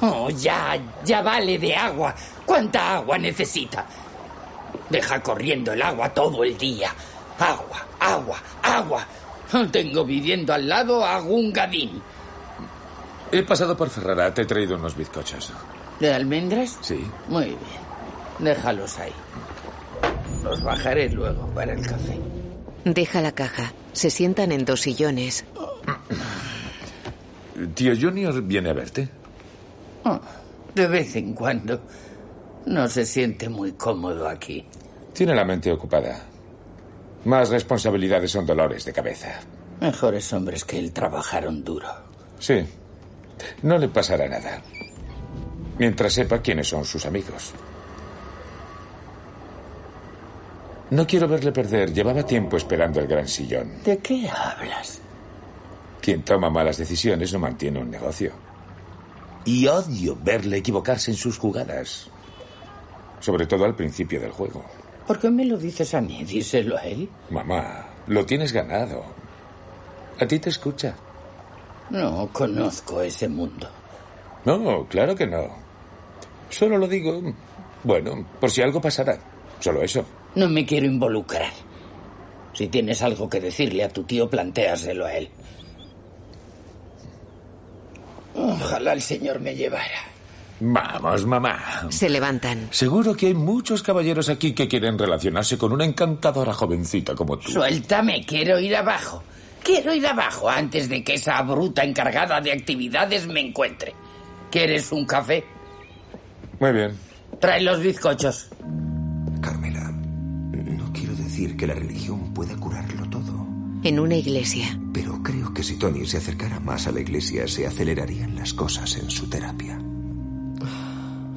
Speaker 11: Oh, ya, ya vale de agua. ¿Cuánta agua necesita? Deja corriendo el agua todo el día. Agua, agua, agua. Tengo viviendo al lado a un gadín.
Speaker 3: He pasado por Ferrara, te he traído unos bizcochos.
Speaker 11: ¿De almendras?
Speaker 3: Sí.
Speaker 11: Muy bien. Déjalos ahí. Los bajaré luego para el café.
Speaker 2: Deja la caja. Se sientan en dos sillones.
Speaker 3: ¿Tío Junior viene a verte?
Speaker 11: Oh, de vez en cuando. No se siente muy cómodo aquí.
Speaker 3: Tiene la mente ocupada. Más responsabilidades son dolores de cabeza.
Speaker 11: Mejores hombres que él trabajaron duro.
Speaker 3: Sí, no le pasará nada. Mientras sepa quiénes son sus amigos. No quiero verle perder. Llevaba tiempo esperando el gran sillón.
Speaker 11: ¿De qué hablas?
Speaker 3: Quien toma malas decisiones no mantiene un negocio.
Speaker 11: Y odio verle equivocarse en sus jugadas.
Speaker 3: Sobre todo al principio del juego.
Speaker 11: ¿Por qué me lo dices a mí? Díselo a él.
Speaker 3: Mamá, lo tienes ganado. A ti te escucha.
Speaker 11: No conozco ese mundo.
Speaker 3: No, claro que no. Solo lo digo, bueno, por si algo pasara. Solo eso.
Speaker 11: No me quiero involucrar. Si tienes algo que decirle a tu tío, plantéaselo a él. Ojalá el señor me llevara.
Speaker 3: Vamos, mamá.
Speaker 2: Se levantan.
Speaker 3: Seguro que hay muchos caballeros aquí que quieren relacionarse con una encantadora jovencita como tú.
Speaker 11: Suéltame, quiero ir abajo. Quiero ir abajo antes de que esa bruta encargada de actividades me encuentre. ¿Quieres un café?
Speaker 3: Muy bien.
Speaker 11: Trae los bizcochos.
Speaker 25: Carmela, no quiero decir que la religión pueda curarlo todo,
Speaker 2: En una iglesia.
Speaker 25: pero creo que si Tony se acercara más a la iglesia se acelerarían las cosas en su terapia.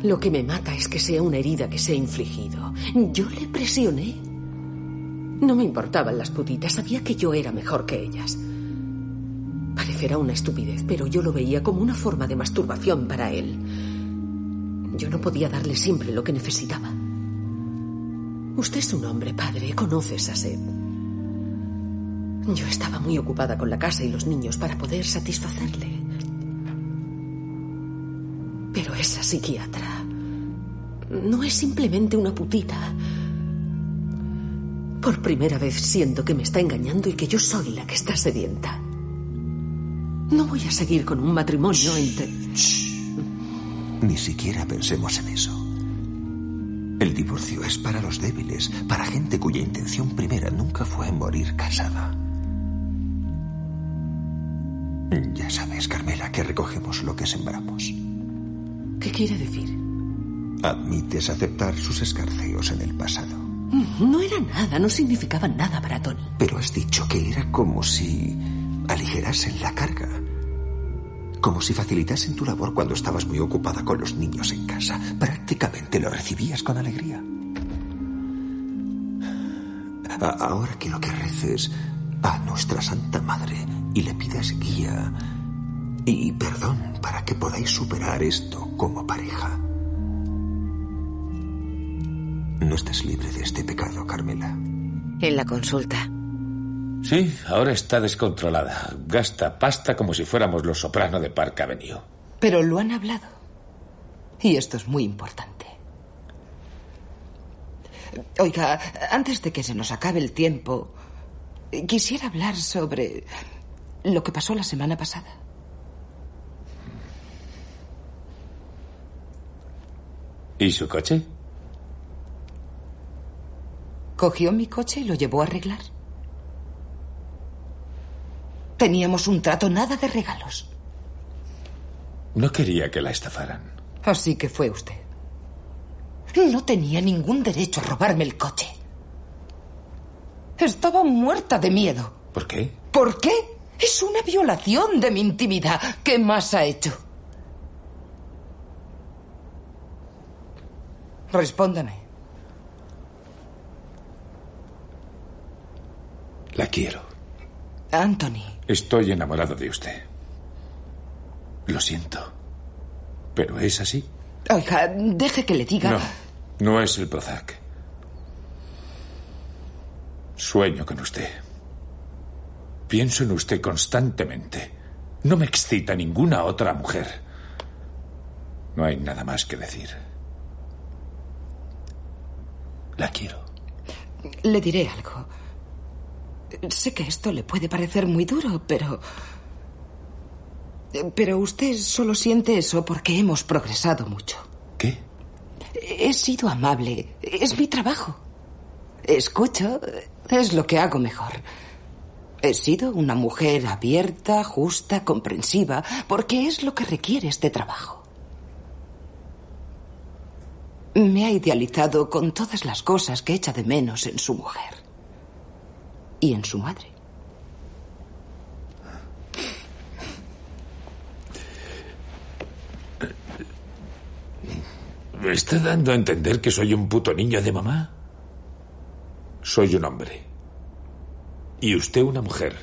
Speaker 13: Lo que me mata es que sea una herida que se ha infligido. Yo le presioné. No me importaban las putitas, sabía que yo era mejor que ellas. Parecerá una estupidez, pero yo lo veía como una forma de masturbación para él. Yo no podía darle siempre lo que necesitaba. Usted es un hombre, padre, conoce esa sed. Yo estaba muy ocupada con la casa y los niños para poder satisfacerle. Pero esa psiquiatra no es simplemente una putita. Por primera vez siento que me está engañando y que yo soy la que está sedienta. No voy a seguir con un matrimonio entre...
Speaker 25: Ni siquiera pensemos en eso. El divorcio es para los débiles, para gente cuya intención primera nunca fue morir casada. Ya sabes, Carmela, que recogemos lo que sembramos.
Speaker 13: ¿Qué quiere decir?
Speaker 25: Admites aceptar sus escarceos en el pasado.
Speaker 13: Mm, No era nada, no significaba nada para Tony.
Speaker 25: Pero has dicho que era como si aligerasen la carga. Como si facilitasen tu labor cuando estabas muy ocupada con los niños en casa. Prácticamente lo recibías con alegría. A- ahora quiero que reces a nuestra Santa Madre y le pidas guía y perdón para que podáis superar esto como pareja. No estás libre de este
Speaker 11: Oh,
Speaker 25: pecado, Carmela.
Speaker 2: En la consulta.
Speaker 3: Sí, ahora está descontrolada. Gasta pasta como si fuéramos los soprano de Park Avenue.
Speaker 5: Pero lo han hablado. Y esto es muy importante. Oiga, antes de que se nos acabe el tiempo, quisiera hablar sobre lo que pasó la semana pasada.
Speaker 3: ¿Y su coche?
Speaker 5: Cogió mi coche y lo llevó a arreglar. Teníamos un trato nada de regalos.
Speaker 3: No quería que la estafaran.
Speaker 5: Así que fue usted. No tenía ningún derecho a robarme el coche. Estaba muerta de miedo.
Speaker 3: ¿Por qué?
Speaker 5: ¿Por qué? Es una violación de mi intimidad. ¿Qué más ha hecho? Respóndame.
Speaker 3: La quiero.
Speaker 5: Anthony,
Speaker 3: Estoy enamorado de usted. Lo siento. Pero es así.
Speaker 5: oiga, deje que le diga.
Speaker 3: No, no es el Prozac. Sueño con usted. Pienso en usted constantemente. No me excita ninguna otra mujer. No hay nada más que decir. La quiero.
Speaker 5: Le diré algo. Sé que esto le puede parecer muy duro, pero... Pero usted solo siente eso porque hemos progresado mucho.
Speaker 3: ¿Qué?
Speaker 5: He sido amable. Es mi trabajo. Escucho. Es lo que hago mejor. He sido una mujer abierta, justa, comprensiva, porque es lo que requiere este trabajo. Me ha idealizado con todas las cosas que echa de menos en su mujer. Y en su madre.
Speaker 3: ¿Me está dando a entender que soy un puto niño de mamá? Soy un hombre. Y usted una mujer.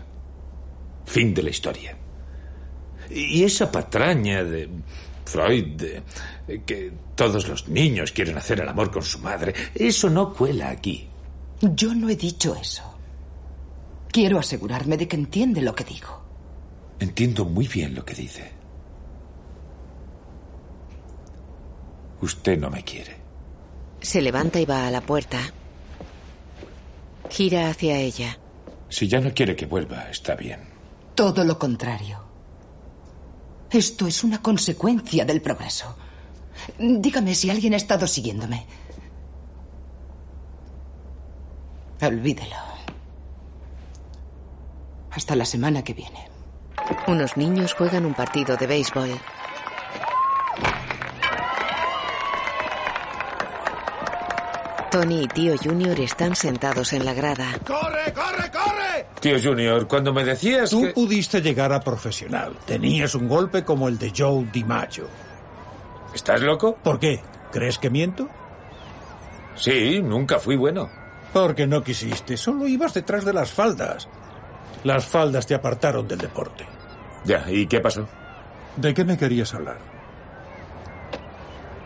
Speaker 3: Fin de la historia. Y esa patraña de... Freud, de- de que todos los niños quieren hacer el amor con su madre. Eso no cuela aquí.
Speaker 5: Yo no he dicho eso. Quiero asegurarme de que entiende lo que digo.
Speaker 3: Entiendo muy bien lo que dice. Usted no me quiere.
Speaker 2: Se levanta y va a la puerta. Gira hacia ella.
Speaker 3: Si ya no quiere que vuelva, está bien.
Speaker 5: Todo lo contrario. Esto es una consecuencia del progreso. Dígame si alguien ha estado siguiéndome. Olvídelo. Hasta la semana que viene.
Speaker 2: Unos niños juegan un partido de béisbol. Tony y tío Junior están sentados en la grada.
Speaker 23: ¡Corre, corre, corre!
Speaker 3: Tío Junior, cuando me decías
Speaker 10: Tú pudiste llegar a profesional. Tenías un golpe como el de Joe DiMaggio.
Speaker 3: ¿Estás loco?
Speaker 10: ¿Por qué? ¿Crees que miento?
Speaker 3: Sí, nunca fui bueno.
Speaker 10: Porque no quisiste, solo ibas detrás de las faldas. Las faldas te apartaron del deporte.
Speaker 3: Ya, ¿y qué pasó?
Speaker 10: ¿De qué me querías hablar?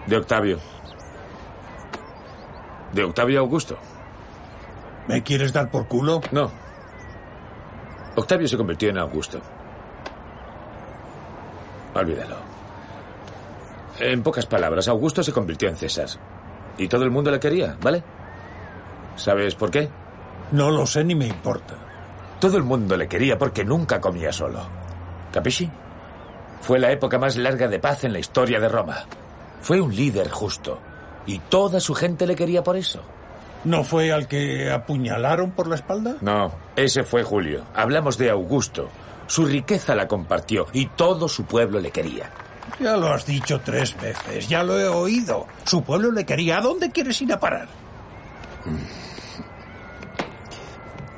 Speaker 3: De Octavio. De Octavio Augusto.
Speaker 10: ¿Me quieres dar por culo?
Speaker 3: No. Octavio se convirtió en Augusto. Olvídalo. En pocas palabras, Augusto se convirtió en César. Y todo el mundo le quería, ¿vale? ¿Sabes por qué?
Speaker 10: No lo sé ni me importa.
Speaker 3: Todo el mundo le quería porque nunca comía solo. ¿Capisci? Fue la época más larga de paz en la historia de Roma. Fue un líder justo. Y toda su gente le quería por eso.
Speaker 10: ¿No fue al que apuñalaron por la espalda?
Speaker 3: No, ese fue Julio. Hablamos de Augusto. Su riqueza la compartió y todo su pueblo le quería.
Speaker 10: Ya lo has dicho tres veces, ya lo he oído. Su pueblo le quería. ¿A dónde quieres ir a parar?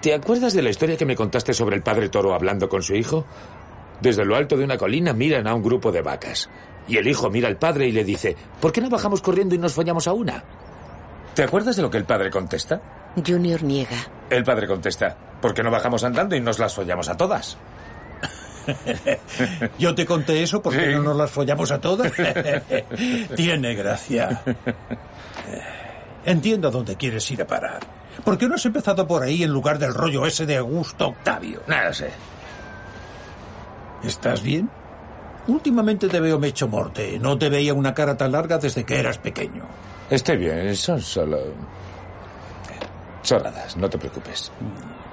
Speaker 3: ¿Te acuerdas de la historia que me contaste sobre el padre toro hablando con su hijo? Desde lo alto de una colina miran a un grupo de vacas. Y el hijo mira al padre y le dice, ¿por qué no bajamos corriendo y nos follamos a una? ¿Te acuerdas de lo que el padre contesta?
Speaker 2: Junior niega.
Speaker 3: El padre contesta, ¿por qué no bajamos andando y nos las follamos a todas?
Speaker 10: Yo te conté eso porque no nos las follamos a todas. Tiene gracia. Entiendo a dónde quieres ir a parar. ¿Por qué no has empezado por ahí en lugar del rollo ese de Augusto Octavio?
Speaker 3: No lo sé.
Speaker 10: ¿Estás bien? Últimamente te veo mecho morte. No te veía una cara tan larga desde que eras pequeño.
Speaker 3: Estoy bien, son solo... chorradas, no te preocupes.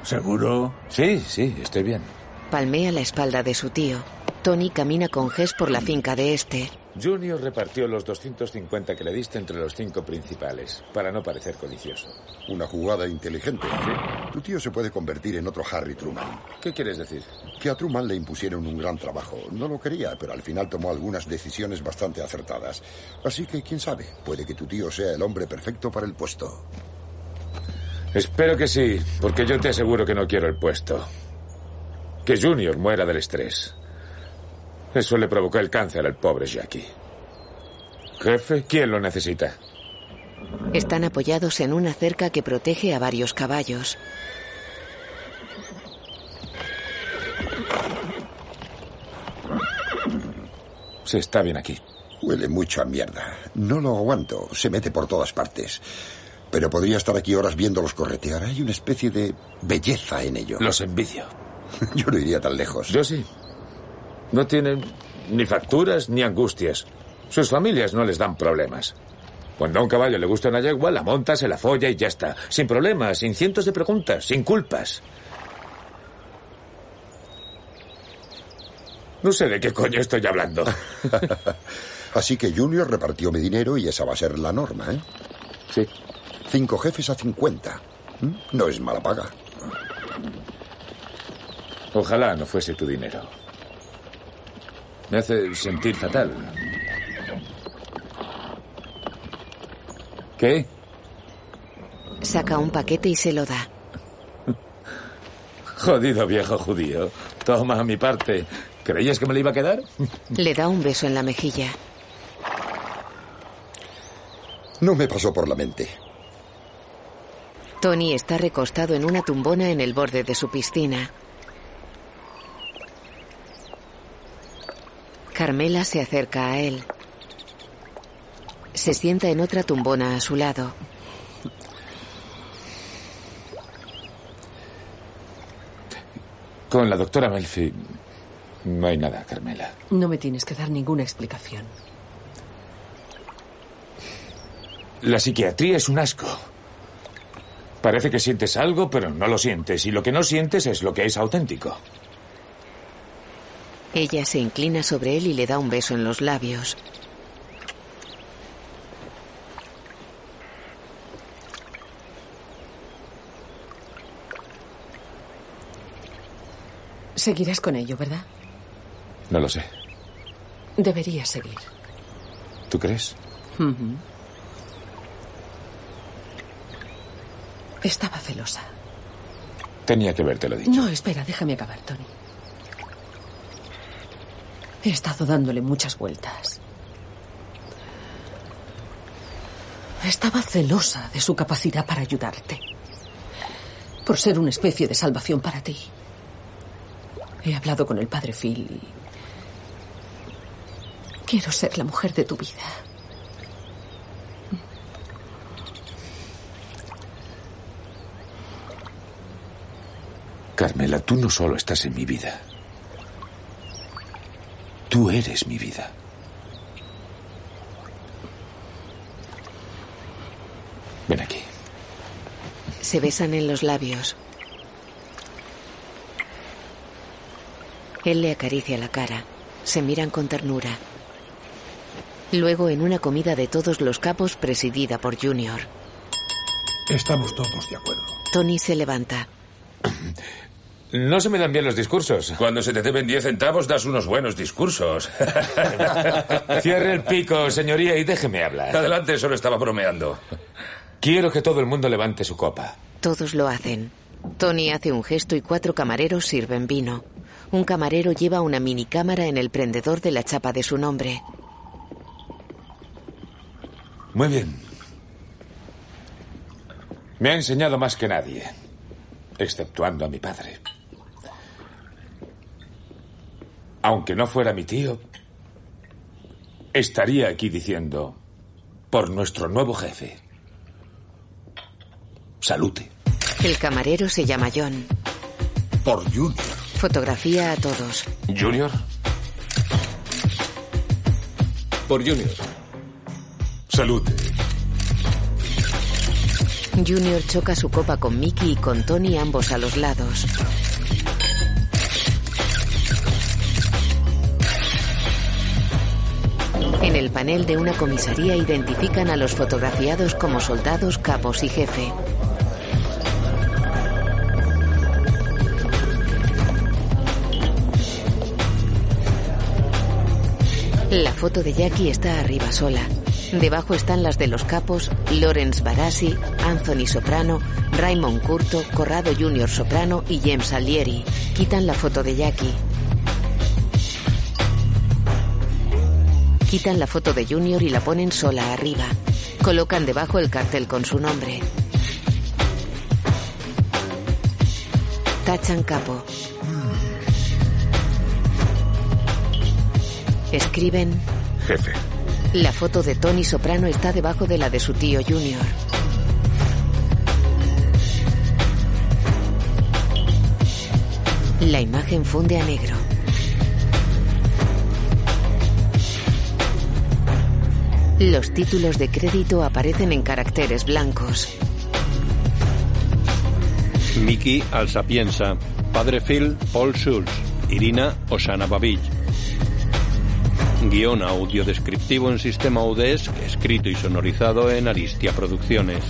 Speaker 10: ¿Seguro?
Speaker 3: Sí, sí, estoy bien.
Speaker 2: Palmea la espalda de su tío. Tony camina con Jess por la finca de este.
Speaker 3: Junior repartió los 250 que le diste entre los cinco principales, para no parecer codicioso.
Speaker 15: Una jugada inteligente. ¿eh? Tu tío se puede convertir en otro Harry Truman.
Speaker 3: ¿Qué quieres decir?
Speaker 15: Que a Truman le impusieron un gran trabajo. No lo quería, pero al final tomó algunas decisiones bastante acertadas. Así que, quién sabe, puede que tu tío sea el hombre perfecto para el puesto.
Speaker 3: Espero que sí, porque yo te aseguro que no quiero el puesto. Que Junior muera del estrés. Eso le provocó el cáncer al pobre Jackie. Jefe, ¿quién lo necesita?
Speaker 2: Están apoyados en una cerca que protege a varios caballos.
Speaker 3: Sí, está bien aquí.
Speaker 15: Huele mucho a mierda. No lo aguanto. Se mete por todas partes. Pero podría estar aquí horas viéndolos corretear. Hay una especie de belleza en ello.
Speaker 3: Los envidio.
Speaker 15: Yo no iría tan lejos.
Speaker 3: Yo sí. No tienen ni facturas ni angustias. Sus familias no les dan problemas. Cuando a un caballo le gusta una yegua, la monta, se la folla y ya está. Sin problemas, sin cientos de preguntas, sin culpas. No sé de qué coño estoy hablando.
Speaker 15: Así que Junior repartió mi dinero y esa va a ser la norma, ¿eh?
Speaker 3: Sí.
Speaker 15: Cinco jefes a cincuenta. ¿Mm? No es mala paga.
Speaker 3: Ojalá no fuese tu dinero. Me hace sentir fatal. ¿Qué?
Speaker 2: Saca un paquete y se lo da.
Speaker 3: Jodido viejo judío. Toma mi parte. ¿Creías que me lo iba a quedar?
Speaker 2: Le da un beso en la mejilla.
Speaker 15: No me pasó por la mente.
Speaker 2: Tony está recostado en una tumbona en el borde de su piscina. Carmela se acerca a él. Se sienta en otra tumbona a su lado.
Speaker 3: Con la doctora Melfi no hay nada, Carmela.
Speaker 13: No me tienes que dar ninguna explicación.
Speaker 3: La psiquiatría es un asco. Parece que sientes algo, pero no lo sientes. Y lo que no sientes es lo que es auténtico.
Speaker 2: Ella se inclina sobre él y le da un beso en los labios.
Speaker 13: Seguirás con ello, ¿verdad?
Speaker 3: No lo sé.
Speaker 13: Deberías seguir.
Speaker 3: ¿Tú crees?
Speaker 13: Ujú. Estaba celosa.
Speaker 3: Tenía que verte lo dicho.
Speaker 13: No, espera, déjame acabar, Tony. He estado dándole muchas vueltas. Estaba celosa de su capacidad para ayudarte. Por ser una especie de salvación para ti. He hablado con el padre Phil y... Quiero ser la mujer de tu vida.
Speaker 3: Carmela, tú no solo estás en mi vida. Tú eres mi vida. Ven aquí.
Speaker 2: Se besan en los labios. Él le acaricia la cara. Se miran con ternura. Luego en una comida de todos los capos presidida por Junior,
Speaker 10: Estamos todos de acuerdo.
Speaker 2: Tony se levanta.
Speaker 3: No se me dan bien los discursos. Cuando se te deben 10 centavos, das unos buenos discursos. Cierre el pico, señoría, y déjeme hablar. Adelante, solo estaba bromeando. Quiero que todo el mundo levante su copa.
Speaker 2: Todos lo hacen. Tony hace un gesto y cuatro camareros sirven vino. Un camarero lleva una minicámara en el prendedor de la chapa de su nombre.
Speaker 3: Muy bien. Me ha enseñado más que nadie, exceptuando a mi padre. Aunque no fuera mi tío, estaría aquí diciendo, por nuestro nuevo jefe, salute.
Speaker 2: El camarero se llama John.
Speaker 3: Por Junior.
Speaker 2: Fotografía a todos.
Speaker 3: Junior.
Speaker 21: Por Junior.
Speaker 18: Salud.
Speaker 2: Junior choca su copa con Mickey y con Tony ambos a los lados. En el panel de una comisaría identifican a los fotografiados como soldados, capos y jefe. La foto de Jackie está arriba sola. Debajo están las de los capos, Lawrence Barassi, Anthony Soprano, Raymond Curto, Corrado Junior Soprano y James Alieri. Quitan la foto de Jackie. Quitan la foto de Junior y la ponen sola arriba. Colocan debajo el cartel con su nombre. Tachan capo. Escriben
Speaker 3: Jefe.
Speaker 2: la foto de Tony Soprano está debajo de la de su tío Junior. La imagen funde a negro. Los títulos de crédito aparecen en caracteres blancos.
Speaker 1: Miki Alsapienza, Padre Phil, Paul Schulz, Irina Osana Babich. Guión E audio descriptivo en sistema UDESC, escrito y sonorizado en Aristia Producciones.